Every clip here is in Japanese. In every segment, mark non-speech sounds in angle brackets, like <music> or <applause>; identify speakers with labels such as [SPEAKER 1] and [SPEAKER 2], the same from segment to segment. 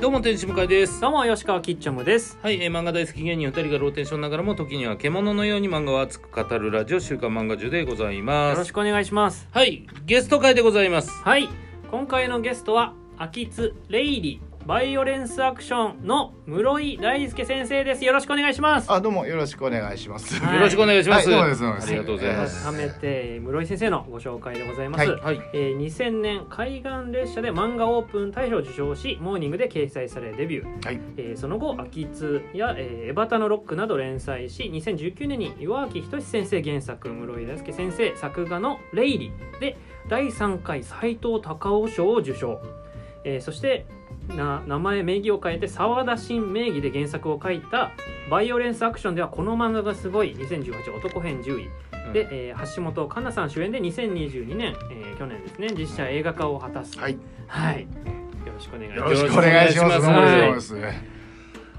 [SPEAKER 1] どうも天使向井です
[SPEAKER 2] どうも吉川きっちょむです
[SPEAKER 1] はい、えー漫画大好き芸人2人がローテンションながらも時には獣のように漫画を熱く語るラジオ週刊漫画中でござい
[SPEAKER 2] よ
[SPEAKER 1] ま
[SPEAKER 2] ろ
[SPEAKER 1] す
[SPEAKER 2] しくお願いします
[SPEAKER 1] はいゲスト会でございます
[SPEAKER 2] はい今回のゲストは秋津レイリバイオレンスアクションの室井大輔先生ですよろしくお願いします
[SPEAKER 3] あ、どうもよろしくお願いします。
[SPEAKER 2] はい
[SPEAKER 1] よろしくお願いします、
[SPEAKER 3] はいどうもですどうもです
[SPEAKER 1] ありがとうございます、
[SPEAKER 2] 改めて室井先生のご紹介でございます、
[SPEAKER 3] はい
[SPEAKER 1] はい
[SPEAKER 2] えー2000年海岸列車で漫画オープン大賞を受賞しモーニングで掲載されデビュー、
[SPEAKER 3] はい
[SPEAKER 2] えーその後「秋津」や「えーエバタのロック」など連載し2019年に岩脇仁先生原作室井大輔先生作画の「レイリ」で第3回斎藤隆夫賞を受賞、えーそしてな名前名義を変えて澤田新名義で原作を書いた「バイオレンスアクション」ではこの漫画がすごい2018男編10位で、えー橋本環奈さん主演で2022年、えー去年ですね実写映画化を果たす
[SPEAKER 3] はい、よ
[SPEAKER 2] はいよろしくお願いし
[SPEAKER 1] よ
[SPEAKER 2] ま
[SPEAKER 1] ろ
[SPEAKER 3] ろ
[SPEAKER 1] し
[SPEAKER 3] し
[SPEAKER 2] す
[SPEAKER 1] く
[SPEAKER 3] く
[SPEAKER 1] お
[SPEAKER 3] お
[SPEAKER 1] 願
[SPEAKER 3] 願
[SPEAKER 1] い
[SPEAKER 3] い
[SPEAKER 1] し
[SPEAKER 3] し
[SPEAKER 1] ま
[SPEAKER 3] ますす。
[SPEAKER 2] はい
[SPEAKER 3] ます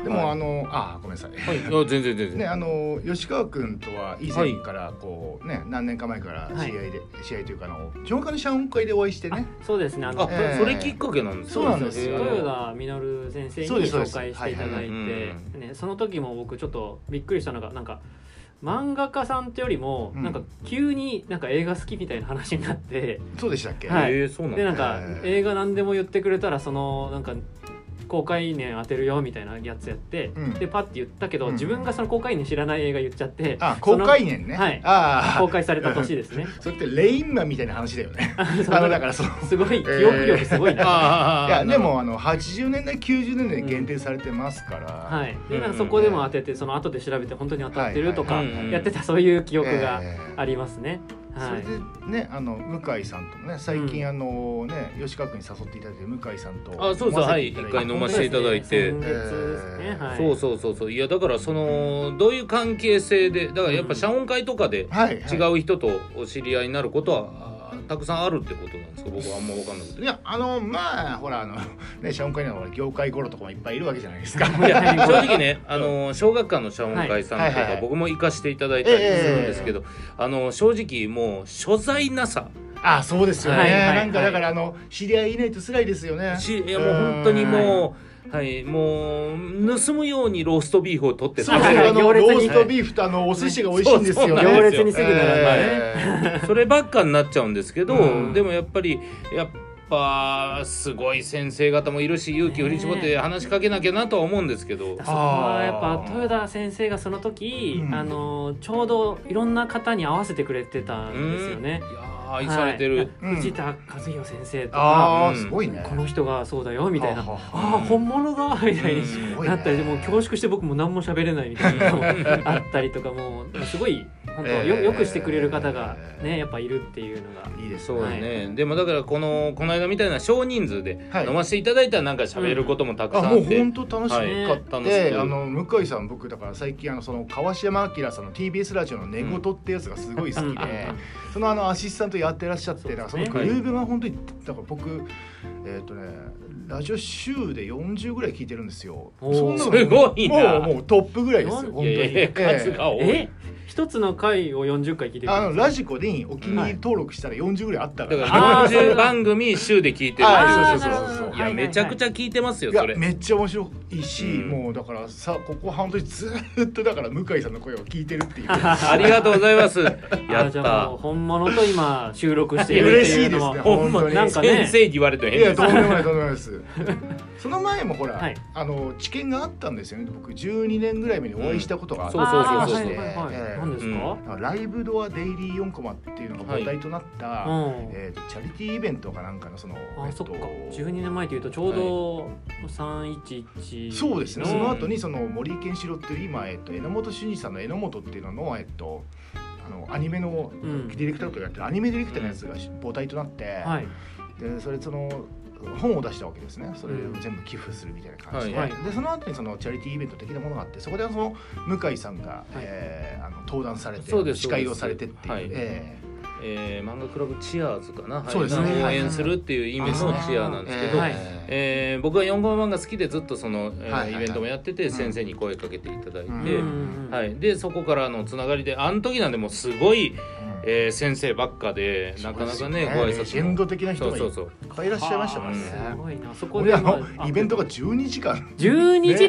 [SPEAKER 3] でも、あの、あ、ごめんなさい。
[SPEAKER 1] はいあ全然全然、
[SPEAKER 3] ね、あの吉川君とは以前からこうね何年か前から
[SPEAKER 2] はい
[SPEAKER 3] 試合で試合というかあの上官の社運会でお会いしてね
[SPEAKER 2] あそうですねあの
[SPEAKER 1] あ、
[SPEAKER 3] えー
[SPEAKER 1] それきっかけなんです
[SPEAKER 3] そうなんですよ
[SPEAKER 1] へー
[SPEAKER 2] 豊田実先生に
[SPEAKER 3] そうですそうで
[SPEAKER 2] 紹
[SPEAKER 3] す
[SPEAKER 2] 介していただ
[SPEAKER 1] はいいは
[SPEAKER 2] て
[SPEAKER 1] いうん
[SPEAKER 2] ねその時も僕ちょっとびっくりしたのがなんか漫画家さんってよりも、
[SPEAKER 3] うん
[SPEAKER 2] なんか急になんか映画好きみたいな話になって
[SPEAKER 3] そうでしたっけ、
[SPEAKER 2] はい
[SPEAKER 1] えーそうなん
[SPEAKER 2] で
[SPEAKER 1] だ
[SPEAKER 2] なんか
[SPEAKER 3] へー
[SPEAKER 2] 映画何でも言ってくれたらそのなんか公開年当てるよみたいなやつやって、
[SPEAKER 3] うん
[SPEAKER 2] でパッて言ったけど、
[SPEAKER 3] うん
[SPEAKER 2] 自分がその公開年知らない映画言っちゃって
[SPEAKER 3] あ公開年ね、
[SPEAKER 2] そのはい
[SPEAKER 3] あー
[SPEAKER 2] 公開された年ですね
[SPEAKER 3] それってレインマンみたいな話だよ
[SPEAKER 2] <laughs>
[SPEAKER 3] ね
[SPEAKER 2] あそう
[SPEAKER 3] あのだからその
[SPEAKER 2] すごい記憶力すごいな、
[SPEAKER 1] あー
[SPEAKER 3] いやでもあの80年代90年代に限定されてますから、
[SPEAKER 2] はい、でな
[SPEAKER 1] う
[SPEAKER 2] ん
[SPEAKER 1] ん
[SPEAKER 2] かそこでも当ててその後で調べて本当に当たってるとか
[SPEAKER 1] はいはいはい
[SPEAKER 2] やってたそういう記憶が
[SPEAKER 3] えー
[SPEAKER 2] ありますね。
[SPEAKER 3] そ
[SPEAKER 2] は
[SPEAKER 3] れ
[SPEAKER 2] い、
[SPEAKER 3] でねあの向井さんともね最
[SPEAKER 2] う
[SPEAKER 3] 近
[SPEAKER 2] ん
[SPEAKER 3] あのね、吉川君に誘っていただいて向井さんと
[SPEAKER 1] あそうそう
[SPEAKER 3] 飲ませて
[SPEAKER 1] は
[SPEAKER 3] ただて
[SPEAKER 1] い一回飲ませていただいて
[SPEAKER 2] 本当ですね先月ですね
[SPEAKER 3] えー
[SPEAKER 2] はい、
[SPEAKER 1] そうそうそうそういやだからそのどういう関係性でだからやっぱ社音会とかで
[SPEAKER 3] はい、
[SPEAKER 1] 違
[SPEAKER 3] は
[SPEAKER 1] う人とお知り合いになることはあーたくさんあるってことなんですか僕はあんま分かんなく
[SPEAKER 3] い、いやあのまあほらあのね社音会のほら業界頃とかもいっぱいいるわけじゃないで
[SPEAKER 1] <laughs>
[SPEAKER 3] すか
[SPEAKER 1] ていや正直ねあの小学館の社音会さんと
[SPEAKER 3] はいはい
[SPEAKER 1] か
[SPEAKER 3] はい
[SPEAKER 1] 僕も行かしていただいたりするんですけどあの正直もう所在なさ
[SPEAKER 3] あそうですよね、
[SPEAKER 2] はいはいはい
[SPEAKER 3] なんかだからあの知り合いいないと辛いですよね
[SPEAKER 1] しいやもう本当にもうはいもう盗むようにローストビーフを取って
[SPEAKER 3] そう
[SPEAKER 1] 食
[SPEAKER 3] で
[SPEAKER 1] べ
[SPEAKER 3] す
[SPEAKER 1] る
[SPEAKER 3] よあの
[SPEAKER 2] 行
[SPEAKER 3] ロ
[SPEAKER 2] 列に
[SPEAKER 3] ーストビーフとあのお寿司が美味しいんですよ
[SPEAKER 1] そう
[SPEAKER 3] ね
[SPEAKER 1] そう
[SPEAKER 2] 行列にすぐ並んでね、
[SPEAKER 3] えー
[SPEAKER 1] そればっかになっちゃうんですけど、
[SPEAKER 2] うん
[SPEAKER 1] でもやっぱりやっぱすごい先生方もいるし勇気を振り絞って話しかけなきゃなとは思うんですけど、
[SPEAKER 2] そこはやっぱ豊田先生がその時、
[SPEAKER 3] うん
[SPEAKER 2] あのちょうどいろんな方に合わせてくれてたんですよね。
[SPEAKER 1] いやー愛されてる、
[SPEAKER 2] はい藤田和弘先生とか、
[SPEAKER 3] あ
[SPEAKER 1] うん
[SPEAKER 3] ーすごいね
[SPEAKER 2] この人がそうだよみたいな、
[SPEAKER 3] は
[SPEAKER 2] ああー本物だみたいに
[SPEAKER 3] すごいね
[SPEAKER 2] なったりでもう恐縮して僕も何も喋れないみたい
[SPEAKER 3] <laughs>
[SPEAKER 2] なのもあったりとかもうすごい本当よ,、
[SPEAKER 3] えー
[SPEAKER 2] よくしてくれる方がねやっぱいるっていうのが
[SPEAKER 3] いいです
[SPEAKER 1] そうね、でもだからこのこの間みたいな少人数で
[SPEAKER 3] はい
[SPEAKER 1] 飲ませていただいたらなんか喋ることもたくさん
[SPEAKER 3] あ
[SPEAKER 1] あ
[SPEAKER 3] もう
[SPEAKER 1] って、
[SPEAKER 3] 本当楽しかった
[SPEAKER 1] はい楽し
[SPEAKER 3] で、
[SPEAKER 1] く
[SPEAKER 3] あの向井さん僕だから最近あのその川島明さんの TBS ラジオの寝言ってやつがすごい好きで、
[SPEAKER 2] うんうん
[SPEAKER 3] そのあのアシスタントやってらっしゃってだから
[SPEAKER 2] そ
[SPEAKER 3] そう
[SPEAKER 2] で
[SPEAKER 3] の
[SPEAKER 2] すね
[SPEAKER 3] グルーヴが本当にだから僕えっ、とねラジオ週で40ぐらい聞いてるんですよ。
[SPEAKER 2] おー
[SPEAKER 3] そんなの
[SPEAKER 1] すごいな
[SPEAKER 3] もうもうトップぐらいですよ本当
[SPEAKER 1] い
[SPEAKER 3] に。
[SPEAKER 1] やいやいや数が多い、
[SPEAKER 2] え一つの回を40回聞いて
[SPEAKER 3] え
[SPEAKER 2] く
[SPEAKER 3] えあ
[SPEAKER 2] れ
[SPEAKER 3] の
[SPEAKER 2] る
[SPEAKER 3] ラジコにお気に入り登録したら40ぐらいあったか
[SPEAKER 1] だ
[SPEAKER 3] ら。
[SPEAKER 1] から
[SPEAKER 2] あー
[SPEAKER 1] 40番組週で聞いてるっていう
[SPEAKER 3] あー
[SPEAKER 2] なるほど
[SPEAKER 3] そうそうそうそう
[SPEAKER 1] いやめちゃくちゃ聞いてますよ
[SPEAKER 3] いや
[SPEAKER 1] それ。
[SPEAKER 3] めっちゃ面白いし、
[SPEAKER 1] うん
[SPEAKER 3] もうだからさここ半年ずーっとだから向井さんの声を聞いてるっていう
[SPEAKER 1] ありがとうござい
[SPEAKER 3] <laughs>
[SPEAKER 1] ます。や
[SPEAKER 2] あ
[SPEAKER 1] っ
[SPEAKER 2] じゃあ
[SPEAKER 1] た
[SPEAKER 2] もう。本物と今収録しているって
[SPEAKER 3] 嬉し
[SPEAKER 2] い
[SPEAKER 3] いうで
[SPEAKER 2] の
[SPEAKER 3] す
[SPEAKER 2] は
[SPEAKER 3] ね
[SPEAKER 2] ほん
[SPEAKER 3] 本
[SPEAKER 2] ま
[SPEAKER 3] 当に
[SPEAKER 2] なんか
[SPEAKER 1] 先
[SPEAKER 2] ね
[SPEAKER 1] 生に言われて変
[SPEAKER 3] いや
[SPEAKER 1] です
[SPEAKER 3] とんでもないとんでもないです
[SPEAKER 1] <laughs>
[SPEAKER 3] その前もほら、
[SPEAKER 2] はい
[SPEAKER 3] あの知見があったんですよね僕12年ぐらい前にお会いしたことがあって、
[SPEAKER 1] うんそうそう
[SPEAKER 2] あ
[SPEAKER 1] そう
[SPEAKER 2] ー
[SPEAKER 1] そう
[SPEAKER 2] はいはいはい
[SPEAKER 3] ええ
[SPEAKER 2] 何ですか、
[SPEAKER 3] ライブドアデイリー4コマっていうのが母体となった、
[SPEAKER 2] うん
[SPEAKER 3] えーとチャリティーイベントかなんかのその
[SPEAKER 2] あー
[SPEAKER 3] えっ
[SPEAKER 2] そ
[SPEAKER 3] と
[SPEAKER 2] っか12年前というとちょうど311
[SPEAKER 3] そうですね
[SPEAKER 1] うん
[SPEAKER 3] その後にその森健四郎っていう今、えっと、榎本俊二さんの榎本っていうのの,、えっと、あのアニメの
[SPEAKER 2] うん
[SPEAKER 3] ディレクターとかやってるアニメディレクターのやつが母体となって、
[SPEAKER 2] はい
[SPEAKER 3] でそれその本を出したわけですねそれを全部寄付するみたいな感じで,、
[SPEAKER 2] はい
[SPEAKER 3] でその後にそのチャリティーイベント的なものがあってそこでその向井さんが、えーあの登壇され
[SPEAKER 1] そうで
[SPEAKER 3] て
[SPEAKER 1] す
[SPEAKER 3] 司会をされてっていう
[SPEAKER 1] はい
[SPEAKER 3] え
[SPEAKER 1] えー漫画クラブチアーズかな。はい
[SPEAKER 3] そうですね
[SPEAKER 1] 応援するっていう意味のチアなん
[SPEAKER 3] ー
[SPEAKER 1] ですけど。
[SPEAKER 2] はい
[SPEAKER 3] え
[SPEAKER 1] えー僕は4号漫画好きでずっとその、えー
[SPEAKER 3] はいはいはい
[SPEAKER 1] イベントもやってて先生に声かけていただいて、
[SPEAKER 3] う
[SPEAKER 2] うん
[SPEAKER 3] ん
[SPEAKER 2] うんうん
[SPEAKER 1] はい、でそこからのつながりであの時なんでもうすごい
[SPEAKER 3] ーうん
[SPEAKER 1] えー先生ばっかでなかなかねご
[SPEAKER 3] そう
[SPEAKER 1] 挨
[SPEAKER 3] ですよ
[SPEAKER 1] 拶
[SPEAKER 3] ねレジェン
[SPEAKER 1] も
[SPEAKER 3] ド的な人
[SPEAKER 1] そう
[SPEAKER 3] がい
[SPEAKER 1] そう
[SPEAKER 3] っ
[SPEAKER 1] そう
[SPEAKER 3] ぱいいらっしゃいましたからね
[SPEAKER 2] はあすごいなそこ
[SPEAKER 3] 俺
[SPEAKER 2] で
[SPEAKER 3] あの
[SPEAKER 2] まあ
[SPEAKER 3] イベントが12時間
[SPEAKER 2] 12時間、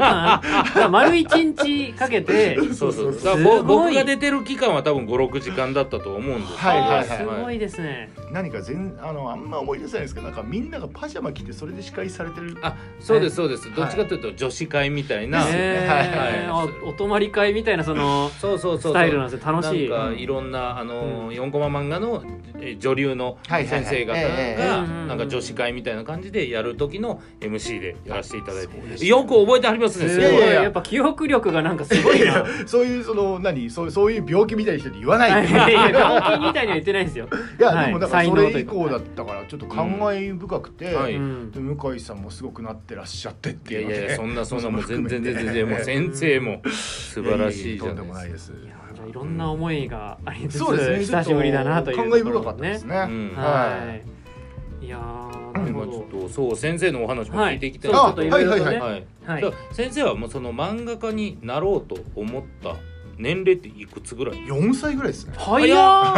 [SPEAKER 2] まあ丸1日かけ
[SPEAKER 3] <laughs>
[SPEAKER 2] て
[SPEAKER 1] そうそうそう
[SPEAKER 2] そう
[SPEAKER 1] だからぼ
[SPEAKER 2] すごい
[SPEAKER 1] 僕が出てる期間は多分56時間だったと思うんですけど
[SPEAKER 3] はいはいはい
[SPEAKER 2] すごいですね
[SPEAKER 3] 何か全あのあんま思い出せないですけどなんかみんながパジャマ着てそれで司会されてる
[SPEAKER 1] あそうですそうですどっちかというと女子会みたいな、
[SPEAKER 3] ですよね
[SPEAKER 2] ねえ
[SPEAKER 1] はい
[SPEAKER 2] あお泊まり会みたいなその
[SPEAKER 1] そうそうそうそう
[SPEAKER 2] スタイルなんですよ楽しい
[SPEAKER 1] なん
[SPEAKER 2] う
[SPEAKER 1] か
[SPEAKER 2] ん
[SPEAKER 1] いろんなあの、
[SPEAKER 2] うん
[SPEAKER 1] 4コマ漫画のえ女流の
[SPEAKER 3] はいはいは
[SPEAKER 1] 先
[SPEAKER 3] い
[SPEAKER 1] 生方
[SPEAKER 3] ええ
[SPEAKER 1] が
[SPEAKER 2] ええ
[SPEAKER 1] なんか女子会みたいな感じでやる時の MC でやらせていただい
[SPEAKER 3] そうで
[SPEAKER 1] て
[SPEAKER 3] す
[SPEAKER 1] よく覚えてありますね
[SPEAKER 2] す
[SPEAKER 1] す
[SPEAKER 2] ご
[SPEAKER 1] ご
[SPEAKER 2] い
[SPEAKER 1] い
[SPEAKER 3] ややや
[SPEAKER 2] やっぱ記憶力がなんかすごいな
[SPEAKER 3] そういうその何そうそういう病気みたいな人に言わない、
[SPEAKER 2] はい
[SPEAKER 3] い、
[SPEAKER 2] いやいや病気みたいには言ってないですよ、
[SPEAKER 3] やでもだから
[SPEAKER 2] はい
[SPEAKER 3] それ以降だったからちょっと感慨深くて、
[SPEAKER 1] うんはい
[SPEAKER 2] うん
[SPEAKER 3] で向井さんもすごくなってらっしゃってって
[SPEAKER 1] いや
[SPEAKER 3] いうので
[SPEAKER 1] いやそんなそんな
[SPEAKER 3] そ
[SPEAKER 1] も
[SPEAKER 3] も
[SPEAKER 1] う全
[SPEAKER 3] 含め
[SPEAKER 1] 然
[SPEAKER 3] て
[SPEAKER 1] 全然全然もう先生も素晴らしいじゃ
[SPEAKER 3] とん
[SPEAKER 1] ないです
[SPEAKER 3] でもな
[SPEAKER 1] か
[SPEAKER 3] いです
[SPEAKER 2] いやじゃあいろんな思いがありつつ、
[SPEAKER 3] そうですね
[SPEAKER 2] 久しぶりだなという
[SPEAKER 3] ちょっ
[SPEAKER 2] と
[SPEAKER 3] と
[SPEAKER 2] ころ
[SPEAKER 3] 感慨深かったですね、
[SPEAKER 1] うん
[SPEAKER 2] はいいやーなる
[SPEAKER 1] ま
[SPEAKER 2] ほ
[SPEAKER 1] あちょっ
[SPEAKER 2] ど
[SPEAKER 1] とそう先生のお話も聞いていきたい
[SPEAKER 2] そう
[SPEAKER 1] な
[SPEAKER 2] ち
[SPEAKER 1] と思
[SPEAKER 2] ょっ
[SPEAKER 1] って
[SPEAKER 2] といろいろと
[SPEAKER 3] あ
[SPEAKER 2] ね
[SPEAKER 1] はいはい
[SPEAKER 2] はい
[SPEAKER 1] じゃあ先生はもうその漫画家になろうと思った年齢っていくつぐらい
[SPEAKER 3] 4歳ぐらいですね
[SPEAKER 2] 早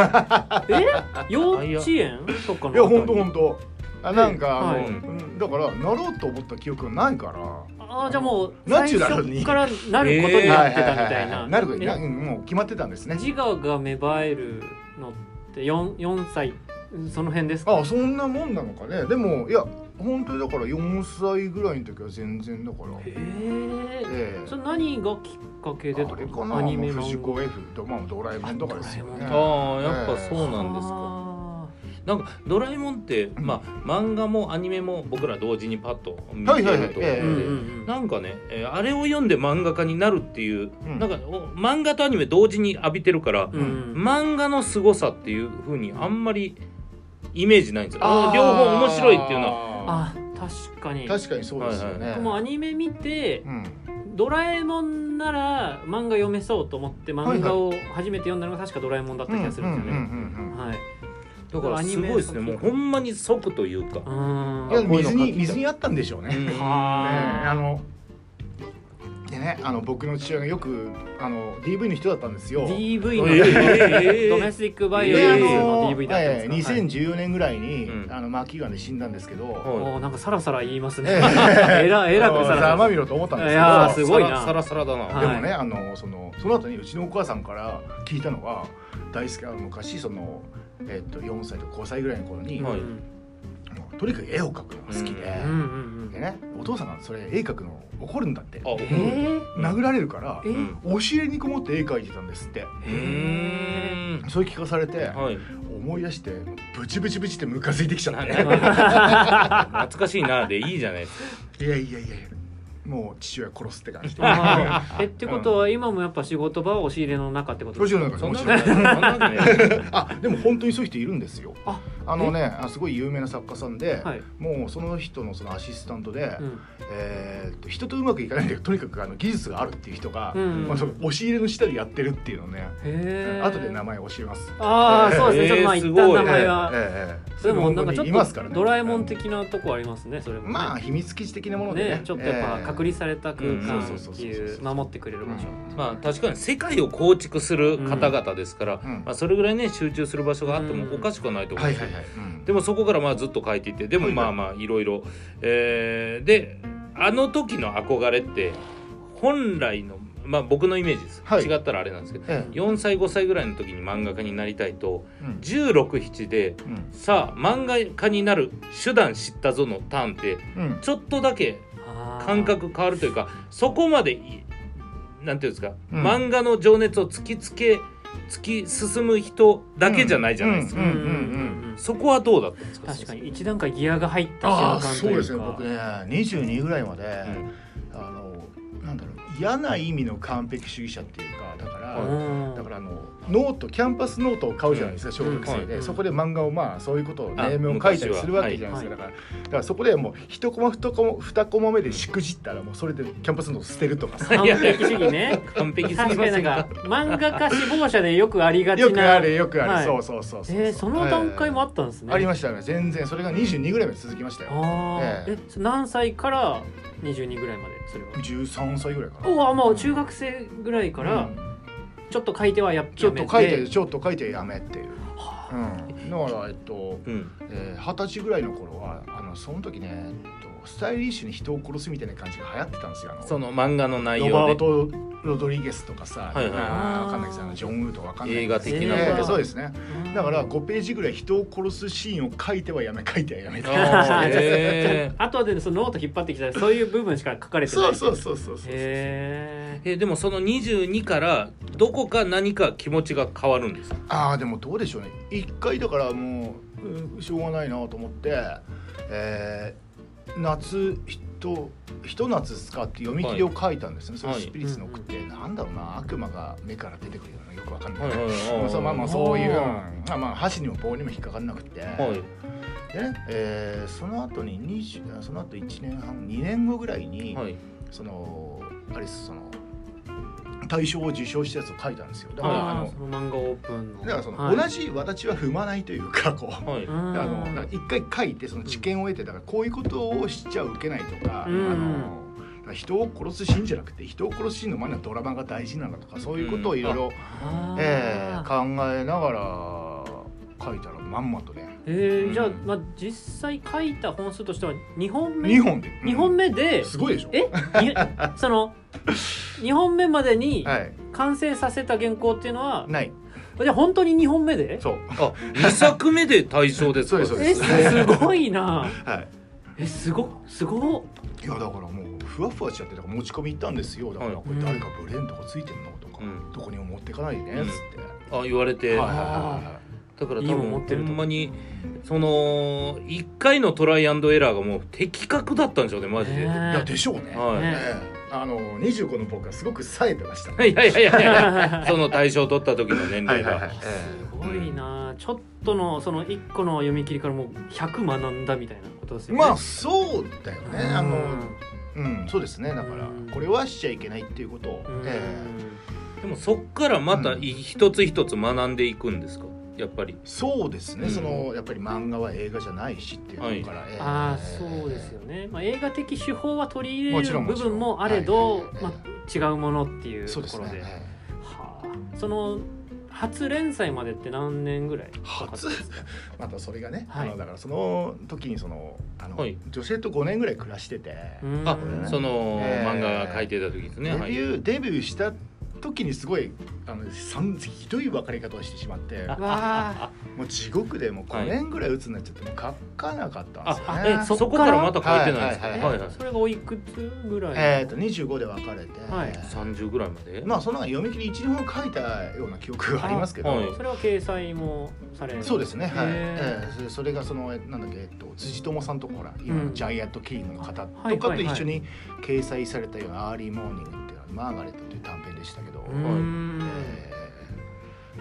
[SPEAKER 2] っえ幼稚園とかの
[SPEAKER 3] いや本当本当あなんか、
[SPEAKER 2] はい
[SPEAKER 3] あのうんだからなろうと思った記憶がないから
[SPEAKER 2] あーじゃあもう
[SPEAKER 3] ナ
[SPEAKER 2] 最
[SPEAKER 3] チュラルに
[SPEAKER 2] 初からなることになってたみた
[SPEAKER 3] は
[SPEAKER 2] い
[SPEAKER 3] いはいはいは
[SPEAKER 2] ない
[SPEAKER 3] なるほどな
[SPEAKER 2] え
[SPEAKER 3] うんもう決まってたんですね
[SPEAKER 2] 自我が芽生えるのって四四歳その辺ですか
[SPEAKER 3] あそんなもんなのかねでもいや本当にだから4歳ぐらいの時は全然だから
[SPEAKER 2] へえ
[SPEAKER 3] ええ
[SPEAKER 2] それ何がきっかけでと
[SPEAKER 3] あれかなアニメ藤
[SPEAKER 2] 漫画
[SPEAKER 3] 子 F と、まあ、ドラえもんとかですよね
[SPEAKER 2] あドラえも
[SPEAKER 1] ああやっぱそうなんですか
[SPEAKER 2] あ
[SPEAKER 1] なんかドラえもんって、
[SPEAKER 3] ん
[SPEAKER 1] まあ、漫画もアニメも僕ら同時にパッと見
[SPEAKER 3] はいは
[SPEAKER 1] て
[SPEAKER 3] いはい
[SPEAKER 1] ると思うんで、
[SPEAKER 2] ー
[SPEAKER 3] ええ
[SPEAKER 2] うんうんうん
[SPEAKER 1] なんかね、えーあれを読んで漫画家になるっていう、
[SPEAKER 3] うん
[SPEAKER 1] なんかお漫画とアニメ同時に浴びてるから、
[SPEAKER 2] うん
[SPEAKER 1] 漫画の凄さっていう風にあんまりイメージないんですよ。
[SPEAKER 3] あー
[SPEAKER 1] 両方面白いっていうのは
[SPEAKER 3] は
[SPEAKER 2] あ確かに
[SPEAKER 3] 確かにそうですよね、
[SPEAKER 1] はい
[SPEAKER 2] 僕もアニメ見て
[SPEAKER 3] うん
[SPEAKER 2] ドラえもんなら漫画読めそうと思って漫画を初めて読んだのが確かドラえもんだった気がするんですよね
[SPEAKER 3] うん
[SPEAKER 2] はい
[SPEAKER 1] だからすごいですねもうほんまに即というか
[SPEAKER 2] う。ーん
[SPEAKER 3] いや
[SPEAKER 1] こういうの書き
[SPEAKER 3] 水に
[SPEAKER 1] たい
[SPEAKER 3] 水にあったんでしょうね。
[SPEAKER 1] うん
[SPEAKER 3] ねあのでねあの僕の父親がよくあの DV の人だったんですよ。
[SPEAKER 2] DV
[SPEAKER 1] ええええ
[SPEAKER 2] のドメスティックバイオレンスの
[SPEAKER 3] え
[SPEAKER 2] DV
[SPEAKER 3] ー
[SPEAKER 2] だったんですか、はい
[SPEAKER 3] 2014年ぐらいに、
[SPEAKER 1] うん
[SPEAKER 3] あのマキガンで死んだんですけど、
[SPEAKER 1] は
[SPEAKER 2] もうなんかサラサラ言いますね。
[SPEAKER 3] え
[SPEAKER 2] えら <laughs> えらくサラ
[SPEAKER 3] ざ
[SPEAKER 2] サ
[SPEAKER 3] ま
[SPEAKER 2] ラ。
[SPEAKER 3] みろと思ったんです
[SPEAKER 2] い
[SPEAKER 3] けど
[SPEAKER 2] やーすごいな
[SPEAKER 1] サラサラサラだな。
[SPEAKER 2] は
[SPEAKER 3] で
[SPEAKER 2] い
[SPEAKER 3] もねあのそのその後にうちのお母さんから聞いたのが大好きあの昔その、えっと4歳と5歳ぐらいの頃に、
[SPEAKER 2] うん
[SPEAKER 1] はい
[SPEAKER 3] もうとにかく絵を描くのが好きで,、
[SPEAKER 2] うんうんうん
[SPEAKER 3] でねお父さんがそれ絵描くの怒るんだって
[SPEAKER 1] あ
[SPEAKER 2] えー
[SPEAKER 3] 殴られるから
[SPEAKER 2] え
[SPEAKER 1] う
[SPEAKER 2] ー
[SPEAKER 1] ん
[SPEAKER 3] 押し入れにこもって絵描いてたんですって
[SPEAKER 1] うーん
[SPEAKER 3] そう聞かされて
[SPEAKER 1] はい、
[SPEAKER 3] 思い出してブチブチブチってムカついてきちゃっ
[SPEAKER 1] な
[SPEAKER 3] て
[SPEAKER 1] 懐かしいなでいいじゃないですか。
[SPEAKER 3] いやいやいやいやもう父親殺すって感じで
[SPEAKER 2] あーえってことは今もやっぱ仕事場は押し入れの中ってこと
[SPEAKER 3] もちろん
[SPEAKER 1] そん
[SPEAKER 3] も
[SPEAKER 1] な
[SPEAKER 3] ち
[SPEAKER 1] こと
[SPEAKER 3] ろん
[SPEAKER 1] ないそんなことない。
[SPEAKER 3] あでも本当にそういう人いるんですよ
[SPEAKER 2] あ
[SPEAKER 3] あのねあすごい有名な作家さんで、
[SPEAKER 2] はい。
[SPEAKER 3] もうその人のそのアシスタントで、
[SPEAKER 2] うん
[SPEAKER 3] えーっと人とうまくいかないんだけどとにかくあの技術があるっていう人が、
[SPEAKER 2] うん
[SPEAKER 3] まあ、その押し入れの下でやってるっていうのね、
[SPEAKER 2] へー
[SPEAKER 3] 後で名前教えます
[SPEAKER 2] ああそうですね。ちょっとまあ
[SPEAKER 1] えー
[SPEAKER 2] 一
[SPEAKER 1] すごい
[SPEAKER 2] 旦名前は。
[SPEAKER 3] ええええ
[SPEAKER 2] でもなんかちょ
[SPEAKER 3] います
[SPEAKER 2] っ
[SPEAKER 3] から
[SPEAKER 2] と
[SPEAKER 3] ね
[SPEAKER 2] ドラえもん的なとこありますね。それもね。
[SPEAKER 3] まあ秘密基地的なものでね
[SPEAKER 2] ねちょっとやっぱ隔離された空間
[SPEAKER 1] うん
[SPEAKER 3] そうそう
[SPEAKER 2] っ
[SPEAKER 3] そ
[SPEAKER 2] て
[SPEAKER 3] うそう
[SPEAKER 2] い
[SPEAKER 3] そうう
[SPEAKER 2] 守ってくれる場所。
[SPEAKER 1] まあ確かに世界を構築する方々ですから、
[SPEAKER 3] うんうん
[SPEAKER 1] まあ、それぐらいね集中する場所があってもおかしくはないと
[SPEAKER 3] ええ
[SPEAKER 1] 思う
[SPEAKER 3] は
[SPEAKER 1] んです
[SPEAKER 3] いは
[SPEAKER 1] よ
[SPEAKER 3] いはい、うん
[SPEAKER 1] でもそこからまあずっと書いていてでも
[SPEAKER 3] はい
[SPEAKER 1] ま
[SPEAKER 3] は
[SPEAKER 1] あ
[SPEAKER 3] い
[SPEAKER 1] まあいろいろえーであの時の憧れって本来のまあ僕のイメージです、
[SPEAKER 3] はい
[SPEAKER 1] 違ったらあれなんですけど
[SPEAKER 3] え
[SPEAKER 1] 4歳5歳ぐらいの時に漫画家になりたいと
[SPEAKER 3] えうん
[SPEAKER 1] 167で「さあ漫画家になる手段知ったぞ」のターンって
[SPEAKER 3] うんうん
[SPEAKER 1] ちょっとだけ
[SPEAKER 2] あー
[SPEAKER 1] 感覚変わるというかそこまでいなんていうんですか、
[SPEAKER 3] うん
[SPEAKER 1] 漫画の情熱を突きつけ突き進む人だけじゃないじゃないですか、
[SPEAKER 2] うんうんうんうん。
[SPEAKER 1] そこはどうだったんですか
[SPEAKER 2] 確かに一段階ギアが入った
[SPEAKER 3] あ
[SPEAKER 2] 瞬
[SPEAKER 3] あ
[SPEAKER 2] 間
[SPEAKER 3] そ
[SPEAKER 2] というう
[SPEAKER 3] で
[SPEAKER 2] か
[SPEAKER 3] すね僕ね22ぐらいまで、
[SPEAKER 1] うん
[SPEAKER 3] あのなんだろう嫌な意味の完璧主義者っていうかだから、
[SPEAKER 1] はい
[SPEAKER 2] うん
[SPEAKER 3] だからあのノートキャンパスノートを買うじゃないですか、小学生で、
[SPEAKER 2] うん
[SPEAKER 3] そこで漫画をまあそういうことを
[SPEAKER 1] あ
[SPEAKER 3] ネームを書いたりするわけじゃない
[SPEAKER 2] 昔は
[SPEAKER 3] ですか、だからだからそこでもう一コマ二コマ二コマ目でしくじったらもうそれでキャンパスノート捨てるとかさ
[SPEAKER 2] <laughs> 完璧主義ね。
[SPEAKER 1] 完璧すぎま
[SPEAKER 2] 確か
[SPEAKER 1] せ
[SPEAKER 2] になん
[SPEAKER 1] ん
[SPEAKER 2] か
[SPEAKER 1] か
[SPEAKER 2] 漫画家志望者でよくありがちな。
[SPEAKER 3] よくあるよくある、
[SPEAKER 2] はい
[SPEAKER 3] そうそうそうそう
[SPEAKER 2] えーその段階もあ
[SPEAKER 3] っ
[SPEAKER 2] ったんですね。
[SPEAKER 3] ありましたよね全然それが22ぐらいまで続きましたよ
[SPEAKER 2] ああ、
[SPEAKER 3] え
[SPEAKER 2] え、そ何歳から二十二ぐらいまでそれは。
[SPEAKER 3] 13歳ぐらいかな
[SPEAKER 2] おお、もう中学生ぐらいから
[SPEAKER 3] うん
[SPEAKER 2] ちょっと書いてはやっ
[SPEAKER 3] ちょっと書い
[SPEAKER 2] やめ
[SPEAKER 3] てちょっと書いてやめっていう
[SPEAKER 2] あ
[SPEAKER 3] うん、だからえっと
[SPEAKER 1] うん
[SPEAKER 3] えー二十歳ぐらいの頃はあのその時ね、えっと、スタイリッシュに人を殺すみたいな感じが流行ってたんですよあの
[SPEAKER 1] その漫画の内
[SPEAKER 3] ロバ
[SPEAKER 1] 容
[SPEAKER 3] ー
[SPEAKER 1] で
[SPEAKER 3] ト・ロドリゲスとかさ、
[SPEAKER 1] はいはい
[SPEAKER 3] あーわかんないですあのジョン・ウーとかわかんない
[SPEAKER 1] 映画的な
[SPEAKER 3] えー
[SPEAKER 1] こと
[SPEAKER 3] そうですね
[SPEAKER 2] うん
[SPEAKER 3] だから5ページぐらい人を殺すシーンを書いてはやめ書いてはやめた
[SPEAKER 1] あーへー
[SPEAKER 2] あとでそのノート引っ張ってきたらそういう部分しか書かれてない
[SPEAKER 3] <laughs> そ
[SPEAKER 2] う
[SPEAKER 3] そうそうそうそう
[SPEAKER 2] へえ
[SPEAKER 1] えでもその22からどこか何か気持ちが変わるんですか
[SPEAKER 3] ああでもどうでしょうね一回だからもううんしょうがないなと思って、えー夏ひとひと夏使って読み切りを書いたんですね、それ
[SPEAKER 1] はい
[SPEAKER 3] スピリッツの句って、なんだろうな悪魔が目から出てくるようなよくわかんない、
[SPEAKER 1] はいはいはい
[SPEAKER 3] まあそうまあまあそういう、うん
[SPEAKER 2] あ
[SPEAKER 3] まあまあ箸にも棒にも引っかかんなくて、
[SPEAKER 1] はい
[SPEAKER 3] でね、えーその後に20あその後1年半2年後ぐらいに、
[SPEAKER 1] はい
[SPEAKER 3] そのあれですその大賞を受賞したやつを書いたんですよだから、あ
[SPEAKER 2] あ
[SPEAKER 3] の
[SPEAKER 2] ーその漫画オープンの
[SPEAKER 3] だからその、
[SPEAKER 2] はい
[SPEAKER 3] 同じ私は踏まないというかこう。
[SPEAKER 1] はい
[SPEAKER 2] うん
[SPEAKER 3] あのだから一回書いてその知見を得てだからこういうことをしちゃ受けないとか,、
[SPEAKER 2] うん
[SPEAKER 3] あのだから人を殺すシーンじゃなくて人を殺すシーンの前にはドラマが大事なんだとかそういうことをいろいろ
[SPEAKER 2] あー
[SPEAKER 3] えー考えながら書いたらまんまとね
[SPEAKER 2] えーじゃあ
[SPEAKER 1] うん
[SPEAKER 2] まあ実際書いた本数としては2本目
[SPEAKER 3] 2本で
[SPEAKER 2] 二本
[SPEAKER 3] 目
[SPEAKER 2] 目です
[SPEAKER 3] ごいでしょ
[SPEAKER 2] え
[SPEAKER 3] <laughs>
[SPEAKER 2] にその2本目までに
[SPEAKER 3] はい
[SPEAKER 2] 完成させた原稿っていうのは、
[SPEAKER 3] ない
[SPEAKER 2] じゃあ本当に2本目で
[SPEAKER 3] そう
[SPEAKER 1] あ2作目で対象ですか
[SPEAKER 3] そう
[SPEAKER 2] え
[SPEAKER 3] ですす
[SPEAKER 2] ごいな
[SPEAKER 3] はい
[SPEAKER 2] えすごすご
[SPEAKER 3] <laughs>
[SPEAKER 2] っ
[SPEAKER 3] いやだからもうふわふわしちゃってだから持ち込み行ったんですよだから
[SPEAKER 1] はい
[SPEAKER 3] これ誰かブレーンとかついてんのとか、
[SPEAKER 1] うん
[SPEAKER 3] どこにも持ってかないでね
[SPEAKER 1] う
[SPEAKER 3] っ
[SPEAKER 1] ん
[SPEAKER 3] つって、
[SPEAKER 1] あ言われて、
[SPEAKER 3] はいはいはいはい
[SPEAKER 1] だから多
[SPEAKER 2] いいもん持
[SPEAKER 1] 分
[SPEAKER 2] ってると
[SPEAKER 1] ほんまにその1回のトライアンドエラーがもう的確だったんでしょうねマジで、
[SPEAKER 3] いやでしょうね、
[SPEAKER 1] はい
[SPEAKER 2] ね
[SPEAKER 3] ええあの25の僕はすごく冴えてました、
[SPEAKER 1] いやいやいやいやその対象取った時の年齢が、
[SPEAKER 3] え
[SPEAKER 2] すごいなちょっとのその1個の読み切りからもう100学んだみたいなことです
[SPEAKER 3] え
[SPEAKER 2] よね
[SPEAKER 3] まあそうだよね
[SPEAKER 2] うん
[SPEAKER 3] あのうんそうですねだから
[SPEAKER 2] うん
[SPEAKER 3] これはしちゃいけないっていうことを、
[SPEAKER 2] うん
[SPEAKER 3] ええ
[SPEAKER 1] でもそっからまたい一つ一つ学んでいくんですかやっぱり
[SPEAKER 3] そうですね、
[SPEAKER 1] うん
[SPEAKER 3] そのやっぱり漫画は映画じゃないしっていうのから、ええ
[SPEAKER 2] ああそうですよね、まあ、映画的手法は取り入
[SPEAKER 3] も
[SPEAKER 2] れ
[SPEAKER 3] ち
[SPEAKER 2] る
[SPEAKER 3] ろん
[SPEAKER 2] 部
[SPEAKER 3] もちろん
[SPEAKER 2] 分もあれど
[SPEAKER 3] はい
[SPEAKER 2] まあ、違うものっていう
[SPEAKER 3] そ
[SPEAKER 2] と
[SPEAKER 3] うです
[SPEAKER 2] ころ
[SPEAKER 3] ね
[SPEAKER 2] で
[SPEAKER 3] え
[SPEAKER 2] はあその初連載までって何年ぐらいかかったんですか
[SPEAKER 3] えまたそれがね、
[SPEAKER 2] はい
[SPEAKER 3] あのだからその時にそのあの、
[SPEAKER 1] はい
[SPEAKER 3] 女性と5年ぐらい暮らしてて、
[SPEAKER 2] うん
[SPEAKER 1] あ
[SPEAKER 3] ね
[SPEAKER 1] その、
[SPEAKER 3] えー
[SPEAKER 1] 漫画書いてた時ですね
[SPEAKER 3] デビ
[SPEAKER 1] はい
[SPEAKER 3] ュー、デビューした時にすごいあのさんひどい別れ方をしてしまって
[SPEAKER 2] わあ
[SPEAKER 3] もう地獄でもう
[SPEAKER 1] は
[SPEAKER 3] 5
[SPEAKER 1] い
[SPEAKER 3] 年ぐらい鬱になっちゃってもう書かなかったんですよ
[SPEAKER 1] あ
[SPEAKER 3] ね。
[SPEAKER 1] えそこからまた書いてないんですか
[SPEAKER 3] はい
[SPEAKER 2] え
[SPEAKER 3] はい
[SPEAKER 1] はい
[SPEAKER 2] それがおいくつぐらい、
[SPEAKER 3] えー、と25で別れて、
[SPEAKER 2] はい
[SPEAKER 1] 30ぐらいまで、
[SPEAKER 3] まあその中で読み切り1本書いたような記憶がありますけど、
[SPEAKER 1] あはい
[SPEAKER 2] それは掲載もされ
[SPEAKER 3] そうですねはい、
[SPEAKER 2] へ
[SPEAKER 3] えーそれそれがそのえなんだっけ、えっと、辻友さんとかほら今
[SPEAKER 2] うん
[SPEAKER 3] のジャイアントキリングの方
[SPEAKER 2] あはい
[SPEAKER 3] とか
[SPEAKER 2] は
[SPEAKER 3] と
[SPEAKER 2] いはい
[SPEAKER 3] 一緒に掲載されたような「アーリーモーニング」っていうのはマーガレット」という短編でしたけど、
[SPEAKER 2] うーん
[SPEAKER 3] えー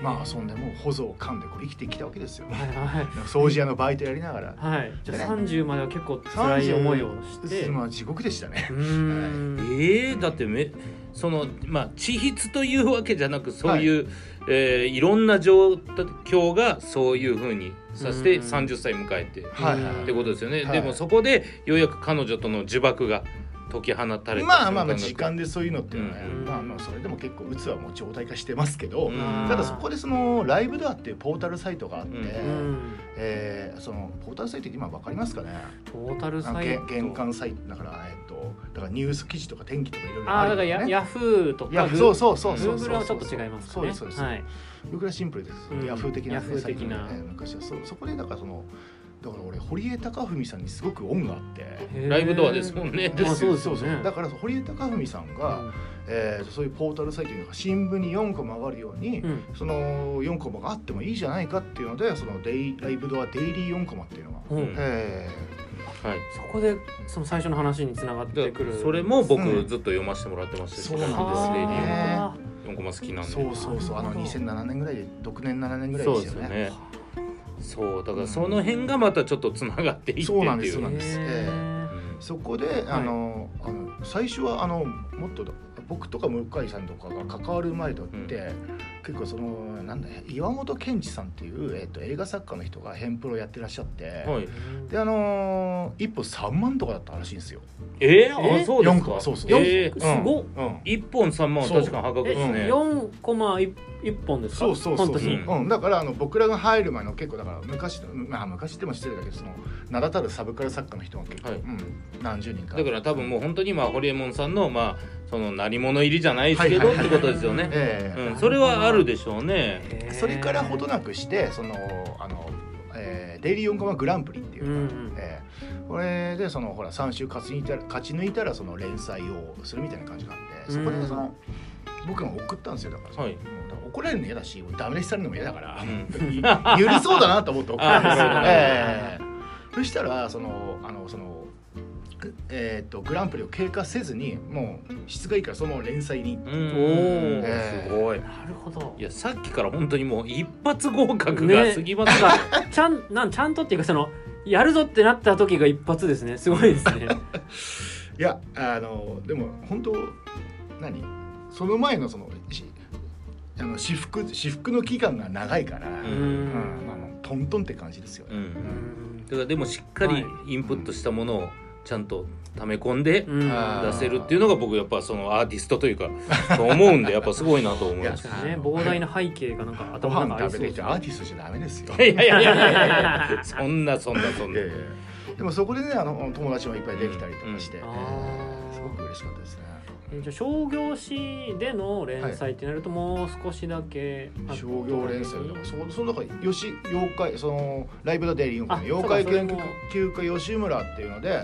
[SPEAKER 3] まあそんでもうほぞを噛んでこう生きてきたわけですよ
[SPEAKER 2] はいはい
[SPEAKER 3] 掃除屋のバイトやりながら
[SPEAKER 2] はいじゃあ
[SPEAKER 3] ね
[SPEAKER 2] 30までは結構辛い思いをして
[SPEAKER 3] まあ地獄でしたね
[SPEAKER 2] うーん
[SPEAKER 1] えー、だってめそのまあ地筆というわけじゃなくそういう、いえーいろんな状況がそういうふうにさせて
[SPEAKER 2] うん
[SPEAKER 1] 30歳迎えてっ
[SPEAKER 3] はいはい
[SPEAKER 1] てことですよね、
[SPEAKER 3] は
[SPEAKER 1] で
[SPEAKER 3] い
[SPEAKER 1] もそこでようやく彼女との呪縛が解き放たれた
[SPEAKER 3] まあまあまあ
[SPEAKER 1] 瞬
[SPEAKER 3] 時
[SPEAKER 1] 間
[SPEAKER 3] 間でそういうのっていうのはね、
[SPEAKER 2] うん
[SPEAKER 3] まあまあそれでも結構うつはもう常態化してますけど、
[SPEAKER 1] うん
[SPEAKER 3] ただそこでそのライブドアっていうポータルサイトがあって、
[SPEAKER 1] うん
[SPEAKER 2] うん
[SPEAKER 3] えーそのポータルサイトって今わかが分かりますかね
[SPEAKER 2] トータル
[SPEAKER 3] あの
[SPEAKER 2] サイ
[SPEAKER 3] げ
[SPEAKER 2] ト
[SPEAKER 3] 玄関サイトだからえっとだからニュース記事とか天気とかいろいろ
[SPEAKER 2] あ
[SPEAKER 3] あ
[SPEAKER 2] あ
[SPEAKER 3] る
[SPEAKER 2] だ
[SPEAKER 3] よ
[SPEAKER 2] から
[SPEAKER 3] ね
[SPEAKER 2] ヤヤフーと
[SPEAKER 3] い
[SPEAKER 2] か
[SPEAKER 3] や
[SPEAKER 2] グ
[SPEAKER 3] そうそうそう
[SPEAKER 2] ー
[SPEAKER 3] そう
[SPEAKER 2] グ
[SPEAKER 3] そう
[SPEAKER 2] ルはちょっと違いますか
[SPEAKER 3] そう
[SPEAKER 2] ね
[SPEAKER 3] ですそうです、
[SPEAKER 2] はい
[SPEAKER 3] 僕らシンプルです、
[SPEAKER 2] うん
[SPEAKER 3] ヤフー的な、
[SPEAKER 2] ヤフー的な
[SPEAKER 3] 最近のね昔はそうそこでだからそのだから俺堀江貴文さんにすごく恩があって
[SPEAKER 1] ライブドアですもんね
[SPEAKER 2] へーまあそうですよね
[SPEAKER 3] だから堀江貴文さん
[SPEAKER 2] う
[SPEAKER 3] が、
[SPEAKER 2] ん
[SPEAKER 3] えーとそういうポータルサイトとか新聞に4コマがあるように、
[SPEAKER 2] うん
[SPEAKER 3] その4コマがあってもいいじゃないかっていうのでそのデイライブドアデイリー4コマっていうのが、
[SPEAKER 2] う
[SPEAKER 1] <laughs>
[SPEAKER 2] ん
[SPEAKER 1] うん
[SPEAKER 3] え
[SPEAKER 1] はい
[SPEAKER 2] そこでその最初の話につながって
[SPEAKER 1] だ
[SPEAKER 2] く
[SPEAKER 1] から
[SPEAKER 2] る
[SPEAKER 1] それも僕
[SPEAKER 3] う
[SPEAKER 1] ず
[SPEAKER 3] ん
[SPEAKER 1] っと読ませてもらってましたし
[SPEAKER 3] そうなんで
[SPEAKER 1] レ
[SPEAKER 3] す
[SPEAKER 1] ディー
[SPEAKER 3] ね
[SPEAKER 2] あー
[SPEAKER 1] 4コマ好き
[SPEAKER 3] ー
[SPEAKER 1] なんで
[SPEAKER 3] そうそうそうあの2007年ぐらいで6年7年ぐらい
[SPEAKER 1] そ
[SPEAKER 3] で
[SPEAKER 1] う
[SPEAKER 3] す
[SPEAKER 1] です
[SPEAKER 3] よ
[SPEAKER 1] よ
[SPEAKER 3] ね
[SPEAKER 1] ねそうだからその辺がまたちょっとつながっていってっていう
[SPEAKER 3] そうなんですそうなんです
[SPEAKER 2] へ
[SPEAKER 1] う
[SPEAKER 2] ー
[SPEAKER 1] ん
[SPEAKER 3] そこであの、あの最初はあのもっとだ僕とか向井さんとかが関わる前とって、結構そのなんだ岩本健二さんっていう、えっと映画作家の人がヘンプロやってらっしゃって、
[SPEAKER 1] はい。
[SPEAKER 3] であのー、一歩3万とかだったらしいんですよ。
[SPEAKER 1] えー、
[SPEAKER 2] え
[SPEAKER 1] あ、そうです
[SPEAKER 3] 四個
[SPEAKER 1] か。
[SPEAKER 3] そうそう
[SPEAKER 1] えー
[SPEAKER 2] すごっ
[SPEAKER 3] うん
[SPEAKER 1] 一本三万は確かに破格
[SPEAKER 2] え
[SPEAKER 1] ですね。
[SPEAKER 2] 4コマ1本ですか
[SPEAKER 3] そうそうそうそう、
[SPEAKER 1] 半
[SPEAKER 3] うんだからあの僕らが入る前の結構だから昔の、まあ、昔っても失礼だけどその名だたるサブカル作家の人が結構、
[SPEAKER 1] はい
[SPEAKER 3] うん、何十人か
[SPEAKER 1] だから多分もう本当にまあホリエモンさんのまあその何者入りじゃないですけど
[SPEAKER 3] は
[SPEAKER 1] って
[SPEAKER 3] い
[SPEAKER 1] ことですよね。
[SPEAKER 3] ええ
[SPEAKER 1] うん、それはあるでしょうね。
[SPEAKER 3] それからほど
[SPEAKER 2] な
[SPEAKER 3] なくしてそのあの、えーデイリー4コマグランプリっていうう、
[SPEAKER 2] んうん
[SPEAKER 3] えーこれでそのほら3週勝ち抜いたら勝ち抜いたらその連載をするみたいな感じがあってそこ
[SPEAKER 2] う
[SPEAKER 3] で
[SPEAKER 2] ん
[SPEAKER 3] その、僕が送ったんですよだから,、
[SPEAKER 1] はい
[SPEAKER 3] だから怒られるの嫌だしダメ出しされるのも嫌だから、
[SPEAKER 2] <laughs>
[SPEAKER 1] うん
[SPEAKER 3] 許りそうだなと思って送ったんですよ
[SPEAKER 1] あー。
[SPEAKER 3] ええそしたらそのあのそのえーっとグランプリを経過せずにもう質がいいからそのまま連載に、
[SPEAKER 1] うん
[SPEAKER 2] おー
[SPEAKER 1] ええすごい。
[SPEAKER 2] なるほど
[SPEAKER 1] いやさっきから本当にもう一発合格が過ぎますから、
[SPEAKER 2] ちゃんなんちゃんとっていうかそのやるぞってなった時が一発ですねすごいですね
[SPEAKER 3] いやあのでも本当何その前のそのしあの私服私服の期間が長いから、
[SPEAKER 2] う
[SPEAKER 1] うん
[SPEAKER 2] ー
[SPEAKER 3] うん
[SPEAKER 2] ん
[SPEAKER 3] あのトントンって感じですよ
[SPEAKER 1] う。
[SPEAKER 3] ね。
[SPEAKER 2] うんん
[SPEAKER 1] だからでもしっかりインプットしたものをちゃんと溜め込んで
[SPEAKER 2] うん
[SPEAKER 3] あ
[SPEAKER 1] 出せるっていうのが僕やっぱそのアーティストというかそう思うんでやっぱすごいなと思います
[SPEAKER 2] 確。かにね膨大な背景がなんか
[SPEAKER 3] ご
[SPEAKER 2] 頭の
[SPEAKER 3] 飯
[SPEAKER 2] 中ありそうです
[SPEAKER 3] 食べてきて
[SPEAKER 2] ね
[SPEAKER 3] アーティストじゃダメで
[SPEAKER 2] <laughs>
[SPEAKER 3] すよ。
[SPEAKER 1] いやいやいやいやいやいやそんなそんなそん
[SPEAKER 3] い
[SPEAKER 1] な
[SPEAKER 3] やい。やいやでもそこでねあの友達もいっぱいできたりとかして、
[SPEAKER 2] うんうん
[SPEAKER 3] えーすごく嬉しかったですね。
[SPEAKER 2] えじゃあ商業誌での連載ってなるともう少しだけあ
[SPEAKER 3] 商業連載だからそこその中に吉妖怪そのライブ・ダ・デイリーの
[SPEAKER 2] あ
[SPEAKER 3] 妖怪
[SPEAKER 2] そうかそれ
[SPEAKER 3] 研
[SPEAKER 2] も
[SPEAKER 3] 究家吉村っていうので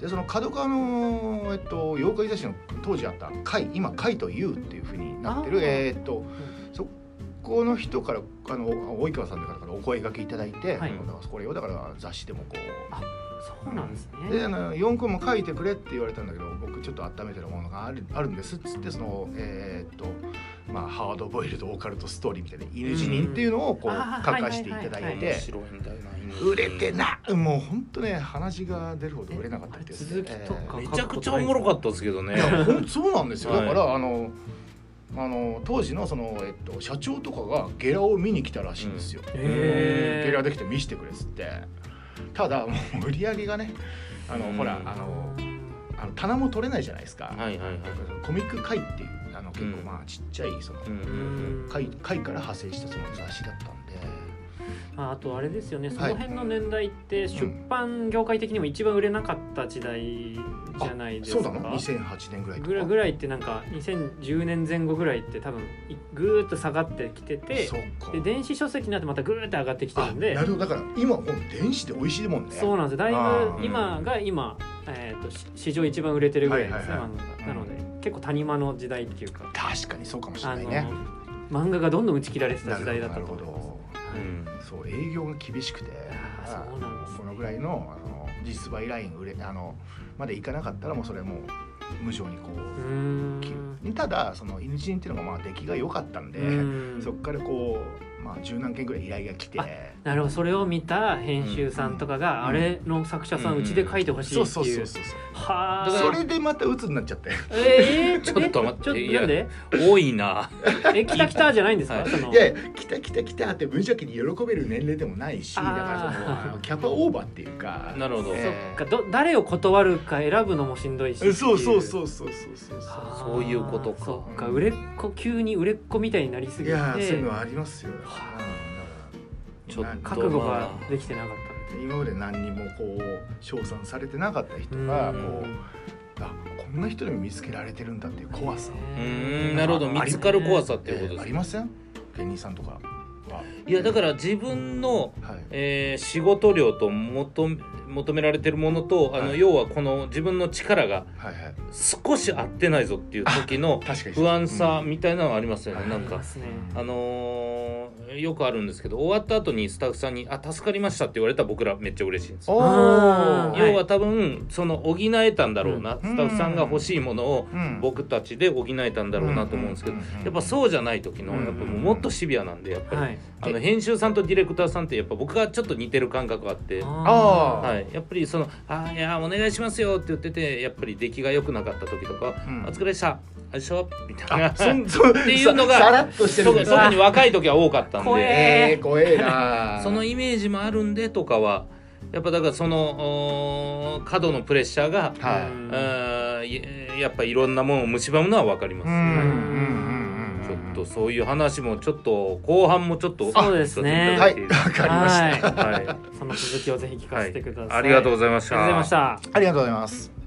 [SPEAKER 3] でその角川の、えっと、妖怪雑誌の当時あった会今会というっていうふうになって
[SPEAKER 2] あ
[SPEAKER 3] る
[SPEAKER 2] ー
[SPEAKER 3] えーっとそこの人からあの及川さんからからお声がけいただいて、
[SPEAKER 2] はい
[SPEAKER 3] だからこれをだから雑誌でもこう。
[SPEAKER 2] そうなんです
[SPEAKER 3] であ
[SPEAKER 2] ね
[SPEAKER 3] の4個も書いてくれって言われたんだけど僕ちょっと温めてるものがあるあるんですっつってそのえーっとまあハードボイルドオカルトストーリーみたいな犬死人っていうのをこ
[SPEAKER 2] うんあ
[SPEAKER 3] う
[SPEAKER 2] ー
[SPEAKER 3] 書
[SPEAKER 2] はいはいは
[SPEAKER 3] か
[SPEAKER 2] い
[SPEAKER 3] せていただい
[SPEAKER 1] 面
[SPEAKER 3] て
[SPEAKER 1] 白いんだよな今
[SPEAKER 3] 売れてなもう本当ね話が出るほど売れなかったって
[SPEAKER 2] え
[SPEAKER 3] いう
[SPEAKER 2] あれ続きとか
[SPEAKER 1] めちゃくちゃおもろかったですけどね
[SPEAKER 3] えーいやほんそうなんですよ
[SPEAKER 1] はい
[SPEAKER 3] だからあのあの当時のその、えっと、社長とかがゲラを見に来たらしいんですよ、
[SPEAKER 2] へー
[SPEAKER 3] ゲラできて見せてくれっつってただもう売り上げがねあの、
[SPEAKER 1] うん
[SPEAKER 3] ほらあのあの棚も取れないじゃないですか、
[SPEAKER 1] はいはいはい
[SPEAKER 3] コミック会っていうあの結
[SPEAKER 1] う
[SPEAKER 3] 構
[SPEAKER 1] ん
[SPEAKER 3] まあちっちゃいその
[SPEAKER 1] うん
[SPEAKER 2] うん
[SPEAKER 3] 会会から派生したその雑誌だったんで
[SPEAKER 2] まあ、あとあれですよねその辺の年代って出版業界的にも一番売れなかった時代じゃないです
[SPEAKER 3] そ
[SPEAKER 2] か
[SPEAKER 3] うなの2008年ぐらいと
[SPEAKER 2] ぐら
[SPEAKER 3] か
[SPEAKER 2] ぐらいってなんか2010年前後ぐらいって多分いぐーっと下がってきてて
[SPEAKER 3] そうか
[SPEAKER 2] で電子書籍になってまたぐーっと上がってきて
[SPEAKER 3] あ
[SPEAKER 2] るんで
[SPEAKER 3] なるほどだから今もう電子で美味しいもんね
[SPEAKER 2] そうなんですよだいぶ
[SPEAKER 3] うん
[SPEAKER 2] 今が今、えー、とし史上一番売れてるぐらいですね、
[SPEAKER 3] はいはいはい
[SPEAKER 2] 漫画がなので、結構谷間の時代っていうか、
[SPEAKER 3] 確かにそうかもしれ
[SPEAKER 2] あ
[SPEAKER 3] ない
[SPEAKER 2] の
[SPEAKER 3] ね
[SPEAKER 2] 漫画がどんどん打ち切られてた
[SPEAKER 3] な
[SPEAKER 2] 時代
[SPEAKER 3] る
[SPEAKER 2] だ
[SPEAKER 3] ほ
[SPEAKER 2] っ
[SPEAKER 3] ど
[SPEAKER 2] た
[SPEAKER 3] な
[SPEAKER 2] と
[SPEAKER 3] る
[SPEAKER 2] 思
[SPEAKER 3] ほ
[SPEAKER 2] います
[SPEAKER 3] ど
[SPEAKER 1] うん
[SPEAKER 3] そう営業が厳しくて
[SPEAKER 2] あーそうなんですね
[SPEAKER 3] このぐらいのあの実売ライン売れあのまでいかなかったらもうそれもう無償にこ
[SPEAKER 2] うー
[SPEAKER 3] う切
[SPEAKER 2] ん
[SPEAKER 3] るただその犬人っていうのがまあ出来が良かったんで、
[SPEAKER 2] うん
[SPEAKER 3] そこからこう、まあ、十何件ぐらい依頼が来て
[SPEAKER 2] あなるほどそれを見た編集さんとかが、
[SPEAKER 3] うん
[SPEAKER 2] あれの作者さん
[SPEAKER 1] うん
[SPEAKER 2] うちで書いてほしいっていう,、
[SPEAKER 3] そうそうそうそうそう
[SPEAKER 2] はあ
[SPEAKER 1] だ
[SPEAKER 3] そ
[SPEAKER 1] から
[SPEAKER 3] れでまた鬱になっちゃって
[SPEAKER 2] えー、
[SPEAKER 1] ちょっと待って
[SPEAKER 2] え
[SPEAKER 1] い
[SPEAKER 2] ちょ
[SPEAKER 1] や
[SPEAKER 2] なんで
[SPEAKER 1] 多いな
[SPEAKER 2] え来た来たじゃないんですか、
[SPEAKER 1] はい
[SPEAKER 2] その
[SPEAKER 3] いやいや来た来た来たって無邪気に喜べる年齢でもないし
[SPEAKER 2] あ
[SPEAKER 3] だ
[SPEAKER 2] ー
[SPEAKER 3] からそのあのキャパオーバーっていうか
[SPEAKER 1] なるほど
[SPEAKER 3] えー
[SPEAKER 2] がど誰を断るか選ぶのもしんどいしってい
[SPEAKER 3] そうそうそうそうそうそうそ
[SPEAKER 2] はあ
[SPEAKER 1] そういうことか
[SPEAKER 2] そうか売れっ子急に売れっ子みたいになりす
[SPEAKER 3] う
[SPEAKER 2] ぎ
[SPEAKER 3] い
[SPEAKER 2] て
[SPEAKER 3] やーそういうのはありますよ、
[SPEAKER 2] は
[SPEAKER 3] うん
[SPEAKER 1] ちょっと
[SPEAKER 3] だから
[SPEAKER 2] 覚悟ができてなかっ
[SPEAKER 3] 今まで何にもこう称賛されてなかった人が
[SPEAKER 2] う
[SPEAKER 3] こ
[SPEAKER 2] ん
[SPEAKER 3] うあこんな人でも見つけられてるんだっていう
[SPEAKER 2] た
[SPEAKER 3] 怖さ
[SPEAKER 1] う
[SPEAKER 2] へ
[SPEAKER 1] ー
[SPEAKER 2] え
[SPEAKER 1] んなるほど見つかる怖さっていう
[SPEAKER 3] え
[SPEAKER 1] こ
[SPEAKER 3] ー
[SPEAKER 1] と
[SPEAKER 3] あ
[SPEAKER 1] で
[SPEAKER 3] り
[SPEAKER 1] すね
[SPEAKER 3] ません芸人さんとかはい
[SPEAKER 1] やだから自分の
[SPEAKER 3] はい
[SPEAKER 1] えー仕事量と求め求められてるものとあの
[SPEAKER 3] はい
[SPEAKER 1] 要はこの自分の力が
[SPEAKER 3] はいはい
[SPEAKER 1] 少し合ってないぞっていう時の
[SPEAKER 3] 確かに
[SPEAKER 1] 不安さみたいなのはありますよね
[SPEAKER 3] うん
[SPEAKER 1] なん
[SPEAKER 2] あり
[SPEAKER 1] か
[SPEAKER 2] ますね
[SPEAKER 1] あのーよくあるんですけど終わった後にスタッフさんに「あ助かりました」って言われたら僕らめっちゃ嬉しいんですよ。
[SPEAKER 3] お
[SPEAKER 2] あー
[SPEAKER 3] ー
[SPEAKER 1] 要は多分その補えたんだろうな、
[SPEAKER 3] ん
[SPEAKER 1] スタッフさんが欲しいものを
[SPEAKER 3] うん
[SPEAKER 1] 僕たちで補えたんだろうなと思うんですけど、やっぱそうじゃない時の
[SPEAKER 3] うん
[SPEAKER 1] やっぱもうもっとシビアなんでやっぱり、
[SPEAKER 2] はい
[SPEAKER 1] あのの編集さんとディレクターさんってやっぱ僕がちょっと似てる感覚があって。
[SPEAKER 3] あ
[SPEAKER 1] はい、やっぱりその「あーいやーお願いしますよ」って言っててやっぱり出来が良くなかった時とか「
[SPEAKER 3] うん
[SPEAKER 1] お疲れでしたあれでしょ」みたいな
[SPEAKER 3] あそん
[SPEAKER 1] 特
[SPEAKER 3] <laughs> そって
[SPEAKER 1] いうのが
[SPEAKER 3] ささらっとしてるん
[SPEAKER 1] 特
[SPEAKER 3] です
[SPEAKER 2] そう
[SPEAKER 1] に
[SPEAKER 3] ね
[SPEAKER 1] 若い時は多かったん
[SPEAKER 2] 怖
[SPEAKER 1] で
[SPEAKER 2] え
[SPEAKER 3] えー、怖えな
[SPEAKER 1] そのイメージもあるんでとかはやっぱだからそのおー過度のプレッシャーが、
[SPEAKER 3] はい
[SPEAKER 1] あーいやっぱいろんなものを蝕むのは分かりま
[SPEAKER 3] う
[SPEAKER 1] す、
[SPEAKER 3] んうんうんうん
[SPEAKER 1] ちょっとそういう話もちょっと後半もちょっと
[SPEAKER 2] そうですね
[SPEAKER 1] お
[SPEAKER 3] は
[SPEAKER 1] 聞き
[SPEAKER 3] いわ
[SPEAKER 1] させてい
[SPEAKER 3] かりました
[SPEAKER 1] た
[SPEAKER 2] はい
[SPEAKER 1] だいてはい
[SPEAKER 2] その続きをぜひ聞かせてください、
[SPEAKER 1] ありがとう
[SPEAKER 2] う
[SPEAKER 1] ございまし
[SPEAKER 2] ございました
[SPEAKER 3] ありがとうございます